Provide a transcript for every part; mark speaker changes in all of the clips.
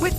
Speaker 1: With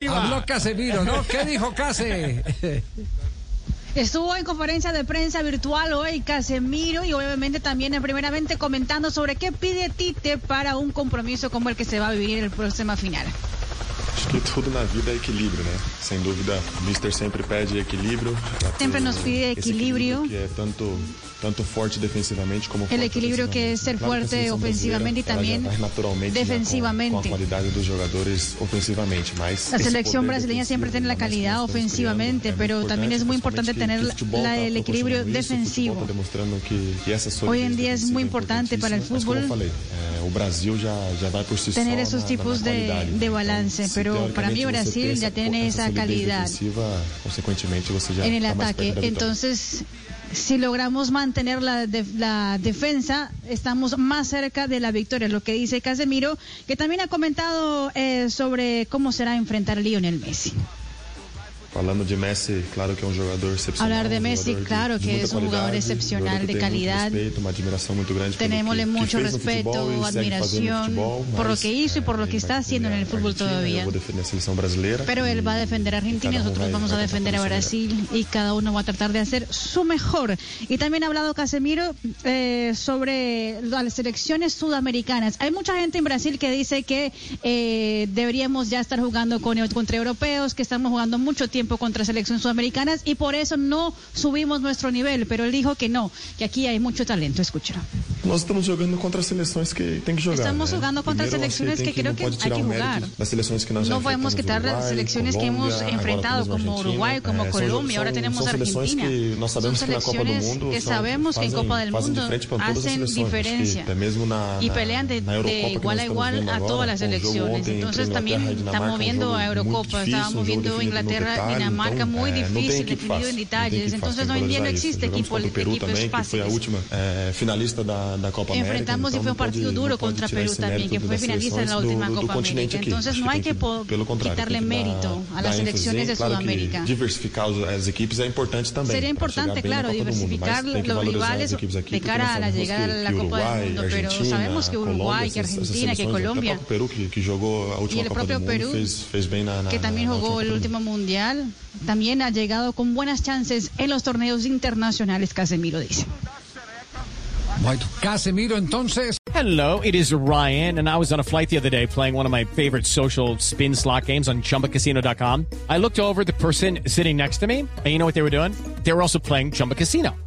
Speaker 2: Habló Casemiro, ¿no? ¿Qué dijo Case?
Speaker 3: Estuvo en conferencia de prensa virtual hoy Casemiro y obviamente también eh, primeramente comentando sobre qué pide Tite para un compromiso como el que se va a vivir el próximo final.
Speaker 4: Acho que tudo na vida é equilíbrio, né? Sem dúvida, o Mister sempre pede equilíbrio.
Speaker 3: Sempre nos pide
Speaker 4: Esse
Speaker 3: equilíbrio.
Speaker 4: Que é tanto, tanto forte defensivamente como
Speaker 3: El equilíbrio que é ser forte ofensivamente e também
Speaker 4: defensivamente. né, Com,
Speaker 3: defensivamente.
Speaker 4: a qualidade dos jogadores ofensivamente, mas
Speaker 3: La
Speaker 4: esse
Speaker 3: selección
Speaker 4: poder
Speaker 3: brasileña siempre
Speaker 4: defensivo,
Speaker 3: tiene la
Speaker 4: ainda mais que
Speaker 3: calidad
Speaker 4: nós estamos
Speaker 3: ofensivamente,
Speaker 4: criando, é
Speaker 3: pero
Speaker 4: muito
Speaker 3: también es muy
Speaker 4: importante,
Speaker 3: importante tener
Speaker 4: principalmente que o futebol
Speaker 3: la-
Speaker 4: tá
Speaker 3: el equilíbrio
Speaker 4: proporcionando isso, o
Speaker 3: defensivo.
Speaker 4: futebol tá demonstrando que- que essa
Speaker 3: Hoy en
Speaker 4: solidez
Speaker 3: día es
Speaker 4: defensiva
Speaker 3: muy
Speaker 4: é
Speaker 3: importante para el
Speaker 4: importantíssima, mas como eu
Speaker 3: fútbol
Speaker 4: falei, é, o Brasil já, já vai por si só
Speaker 3: tener esos
Speaker 4: na- na
Speaker 3: tipos de- de
Speaker 4: qualidade, né? Então,
Speaker 3: balance,
Speaker 4: se
Speaker 3: pero para mí
Speaker 4: teoricamente você
Speaker 3: Brasil
Speaker 4: tem essa-
Speaker 3: ya tiene
Speaker 4: essa
Speaker 3: esa
Speaker 4: solidez
Speaker 3: calidad.
Speaker 4: defensiva, consequentemente você já
Speaker 3: en el
Speaker 4: tá mais perto
Speaker 3: ataque.
Speaker 4: da vitória.
Speaker 3: Entonces, si logramos mantener la, def- la defensa, estamos más cerca de la victoria. Lo que dice Casemiro, que también ha comentado eh, sobre cómo será enfrentar a Lionel Messi.
Speaker 4: Falando de Messi, claro que é um jogador excepcional.
Speaker 3: Hablar de
Speaker 4: um
Speaker 3: Messi,
Speaker 4: jogador de-
Speaker 3: claro que
Speaker 4: de muita
Speaker 3: es un jugador
Speaker 4: qualidade,
Speaker 3: excepcional,
Speaker 4: jogador que
Speaker 3: de
Speaker 4: tem muito
Speaker 3: calidad.
Speaker 4: respeito, uma admiração muito grande pelo
Speaker 3: Tenemosle
Speaker 4: que- que
Speaker 3: mucho
Speaker 4: fez no futebol
Speaker 3: respeto,
Speaker 4: e segue fazendo no
Speaker 3: admiración
Speaker 4: futebol,
Speaker 3: por lo
Speaker 4: mas,
Speaker 3: que hizo y por lo
Speaker 4: eh,
Speaker 3: que está
Speaker 4: vai
Speaker 3: haciendo en el
Speaker 4: defender a
Speaker 3: fútbol
Speaker 4: Argentina,
Speaker 3: todavía.
Speaker 4: Eu vou defender a seleção brasileira.
Speaker 3: Pero él va a defender a Argentina, nosotros vamos a defender a Brasil y cada uno va a tratar de hacer su mejor. Y también ha hablado Casemiro eh, sobre las selecciones sudamericanas. Hay mucha gente en Brasil que dice que eh, deberíamos ya estar jugando con, contra europeos, que estamos jugando mucho tiempo contra selecciones sudamericanas y por eso no subimos nuestro nivel. Pero él dijo que no, que aquí hay mucho talento. Escucha.
Speaker 4: Nós estamos jogando contra as seleções que tem que jogar.
Speaker 3: Estamos
Speaker 4: né?
Speaker 3: jogando contra
Speaker 4: Primeiro,
Speaker 3: as seleções
Speaker 4: você tem
Speaker 3: que creo que
Speaker 4: não pode
Speaker 3: hay que
Speaker 4: tirar o mérito
Speaker 3: jugar.
Speaker 4: Das seleções que nós já
Speaker 3: No podemos quitar
Speaker 4: enfrentamos,
Speaker 3: las
Speaker 4: Uruguai,
Speaker 3: selecciones que hemos
Speaker 4: Colômbia, agora
Speaker 3: enfrentado,
Speaker 4: temos
Speaker 3: como
Speaker 4: Argentina.
Speaker 3: Uruguay, como
Speaker 4: Eh, são
Speaker 3: Colombia, ahora
Speaker 4: são-
Speaker 3: tenemos
Speaker 4: são seleções
Speaker 3: Argentina.
Speaker 4: que nós
Speaker 3: Son
Speaker 4: sabemos que na Copa do
Speaker 3: selecciones
Speaker 4: Mundo
Speaker 3: que
Speaker 4: são-
Speaker 3: sabemos que en
Speaker 4: fazem,
Speaker 3: Copa del
Speaker 4: fazem de
Speaker 3: Mundo
Speaker 4: frente pra todas as
Speaker 3: hacen
Speaker 4: seleções, acho que
Speaker 3: diferencia.
Speaker 4: até mesmo na,
Speaker 3: y
Speaker 4: na-
Speaker 3: pelean de,
Speaker 4: na
Speaker 3: de
Speaker 4: Eurocopa que
Speaker 3: igual
Speaker 4: nós
Speaker 3: a
Speaker 4: estamos
Speaker 3: igual
Speaker 4: vendo
Speaker 3: a
Speaker 4: agora,
Speaker 3: todas las
Speaker 4: um jogo
Speaker 3: elecciones.
Speaker 4: ontem entre
Speaker 3: Entonces
Speaker 4: Inglaterra
Speaker 3: también
Speaker 4: e Dinamarca,
Speaker 3: estamos
Speaker 4: um
Speaker 3: viendo
Speaker 4: jogo
Speaker 3: a
Speaker 4: muito
Speaker 3: Eurocopa,
Speaker 4: difícil, um
Speaker 3: estábamos
Speaker 4: jogo
Speaker 3: viendo
Speaker 4: definido no
Speaker 3: Inglaterra,
Speaker 4: detalhe,
Speaker 3: Dinamarca
Speaker 4: então,
Speaker 3: muy
Speaker 4: eh, não tem
Speaker 3: difícil,
Speaker 4: equipe
Speaker 3: definido
Speaker 4: fácil,
Speaker 3: en
Speaker 4: não tem
Speaker 3: detalles.
Speaker 4: equipe fácil,
Speaker 3: Entonces
Speaker 4: tem
Speaker 3: hoy
Speaker 4: que
Speaker 3: en día no
Speaker 4: valorizar isso.
Speaker 3: existe
Speaker 4: Jogamos
Speaker 3: equipo,
Speaker 4: contra o Peru
Speaker 3: equipos
Speaker 4: também, que foi a
Speaker 3: fáciles.
Speaker 4: última eh, finalista da, da Copa América.
Speaker 3: Enfrentamos y
Speaker 4: então
Speaker 3: fue
Speaker 4: não
Speaker 3: un partido
Speaker 4: pode-
Speaker 3: duro
Speaker 4: não pode
Speaker 3: contra
Speaker 4: tirar
Speaker 3: Peru
Speaker 4: esse
Speaker 3: también,
Speaker 4: mérito
Speaker 3: que fue
Speaker 4: das
Speaker 3: finalista en la
Speaker 4: seleções
Speaker 3: última
Speaker 4: do, do
Speaker 3: Copa
Speaker 4: continente
Speaker 3: América.
Speaker 4: aqui.
Speaker 3: Entonces
Speaker 4: Acho
Speaker 3: no hay
Speaker 4: tem
Speaker 3: que po-
Speaker 4: pelo contrário,
Speaker 3: quitarle
Speaker 4: tem que dar-
Speaker 3: mérito a
Speaker 4: dar
Speaker 3: las elecciones
Speaker 4: ênfase.
Speaker 3: de
Speaker 4: claro que
Speaker 3: Sudamérica.
Speaker 4: Diversificar os- as equipes é importante também.
Speaker 3: Sería
Speaker 4: pra chegar
Speaker 3: importante,
Speaker 4: bem na
Speaker 3: claro,
Speaker 4: Copa do Mundo,
Speaker 3: diversificar
Speaker 4: mas tem que
Speaker 3: los
Speaker 4: valorizar as
Speaker 3: rivales
Speaker 4: equipes aqui,
Speaker 3: de
Speaker 4: porque
Speaker 3: cara
Speaker 4: nós
Speaker 3: a la
Speaker 4: sabemos
Speaker 3: llegada
Speaker 4: que-
Speaker 3: a la
Speaker 4: que
Speaker 3: Copa del
Speaker 4: Uruguay,
Speaker 3: Mundo, pero
Speaker 4: Argentina,
Speaker 3: sabemos que Uruguay,
Speaker 4: Colômbia,
Speaker 3: que
Speaker 4: essas- essas
Speaker 3: Argentina, que
Speaker 4: seleções, até
Speaker 3: Colombia.
Speaker 4: o próprio Peru, que, que jogou a última
Speaker 3: el
Speaker 4: Copa
Speaker 3: propio
Speaker 4: do Mundo,
Speaker 3: Peru,
Speaker 4: fez, fez bem na, na
Speaker 3: que también
Speaker 4: na
Speaker 3: jugó
Speaker 4: última
Speaker 3: el
Speaker 4: Copa do Mundo.
Speaker 3: último mundial, también ha llegado con buenas chances en los torneos internacionales, Casemiro dice.
Speaker 2: Bueno, Casemiro entonces.
Speaker 5: Hello, it is Ryan, and I was on a flight the other day playing one of my favorite social spin slot games on chumbacasino.com. I looked over at the person sitting next to me, and you know what they were doing? They were also playing Chumba Casino.